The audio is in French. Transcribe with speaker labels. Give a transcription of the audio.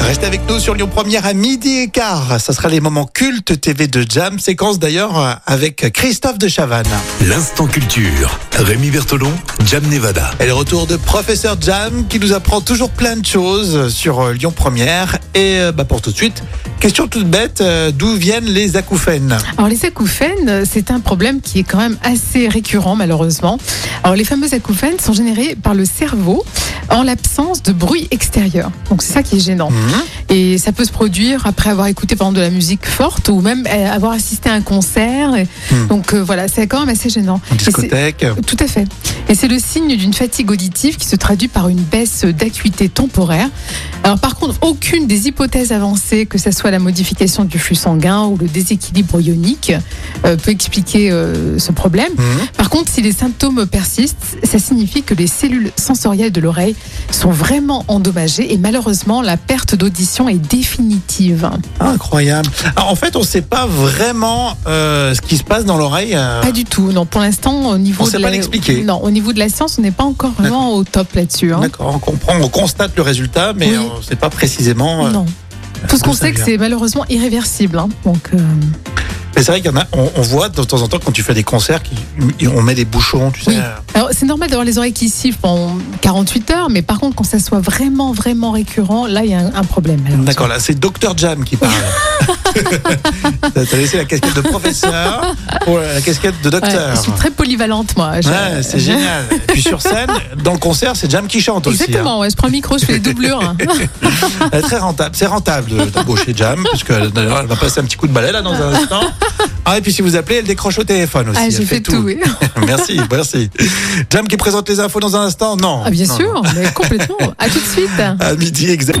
Speaker 1: Restez avec nous sur Lyon Première à midi et quart. Ça sera les moments cultes TV de Jam, séquence d'ailleurs euh, avec Christophe de Chavannes.
Speaker 2: L'instant culture. Rémi Bertolon, Jam Nevada.
Speaker 1: Et le retour de professeur Jam qui nous apprend toujours plein de choses sur euh, Lyon Première. Et euh, bah, pour tout de suite, question toute bête, euh, d'où viennent les acouphènes
Speaker 3: Alors les acouphènes, euh, c'est un problème qui est quand même assez récurrent malheureusement. Alors les fameuses acouphènes sont générées par le cerveau en l'absence de bruit extérieur. Donc c'est ça qui est gênant.
Speaker 1: Hmm?
Speaker 3: Et ça peut se produire après avoir écouté par exemple de la musique forte ou même euh, avoir assisté à un concert. Et
Speaker 1: Hmm.
Speaker 3: Donc euh, voilà, c'est quand même assez gênant.
Speaker 1: En
Speaker 3: Et c'est-
Speaker 1: discothèque
Speaker 3: tout à fait. Et c'est le signe d'une fatigue auditive qui se traduit par une baisse d'acuité temporaire. Alors par contre, aucune des hypothèses avancées, que ce soit la modification du flux sanguin ou le déséquilibre ionique, euh, peut expliquer euh, ce problème.
Speaker 1: Mhm.
Speaker 3: Par contre, si les symptômes persistent, ça signifie que les cellules sensorielles de l'oreille sont vraiment endommagées et malheureusement, la perte d'audition est définitive.
Speaker 1: Incroyable. Alors, en fait, on ne sait pas vraiment euh, ce qui se passe dans l'oreille. euh,
Speaker 3: Pas du tout. Non, pour l'instant, au niveau
Speaker 1: On
Speaker 3: de
Speaker 1: sait
Speaker 3: la...
Speaker 1: pas l'expliquer.
Speaker 3: Non, au niveau de la science, on n'est pas encore vraiment au top là-dessus. hein.
Speaker 1: D'accord, on comprend, on constate le résultat, mais
Speaker 3: Oui.
Speaker 1: on ne sait pas précisément. euh,
Speaker 3: Non. Tout ce
Speaker 1: d'où
Speaker 3: qu'on
Speaker 1: ça
Speaker 3: sait, que
Speaker 1: vient.
Speaker 3: c'est malheureusement irréversible. hein. Donc, euh,
Speaker 1: Mais c'est vrai qu'il y en a, on, on voit de temps en temps quand tu fais des concerts, qui- on met des bouchons, tu sais.
Speaker 3: Oui. alors, c'est normal d'avoir les oreilles qui sifflent en 48 heures, mais par contre, quand ça soit vraiment, vraiment récurrent, là, il y a un, un problème. malheureusement.
Speaker 1: D'accord, là, c'est Dr Jam qui parle. T'as t'as laissé la casquette de professeur pour la casquette de
Speaker 3: Ouais,
Speaker 1: docteur.
Speaker 3: je suis très polyvalente, moi. Je-
Speaker 1: Ouais, c'est génial. Et puis sur scène, dans le concert, c'est Jam qui chante aussi.
Speaker 3: Exactement, ouais, je prends le micro, je fais les doublures. hein.
Speaker 1: hein. Elle est très rentable. C'est rentable d'embaucher Jam, parce qu'elle elle va passer un petit coup de balai là dans un instant. Ah, et puis si vous appelez, elle décroche au téléphone aussi.
Speaker 3: ah,
Speaker 1: elle
Speaker 3: j'ai fait, tout. oui.
Speaker 1: merci, merci. Jam qui présente les infos dans un instant Non.
Speaker 3: Ah, bien
Speaker 1: Non,
Speaker 3: sûr, mais complètement. À tout de suite.
Speaker 1: À midi exact.